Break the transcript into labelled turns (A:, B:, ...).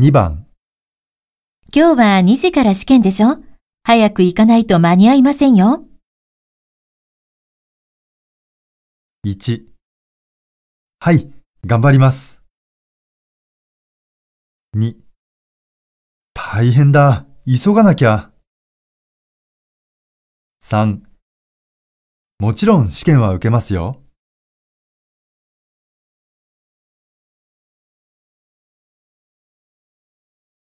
A: 2番、
B: 今日は2時から試験でしょ早く行かないと間に合いませんよ。
A: 1。はい、頑張ります。2。大変だ、急がなきゃ。3。もちろん試験は受けますよ。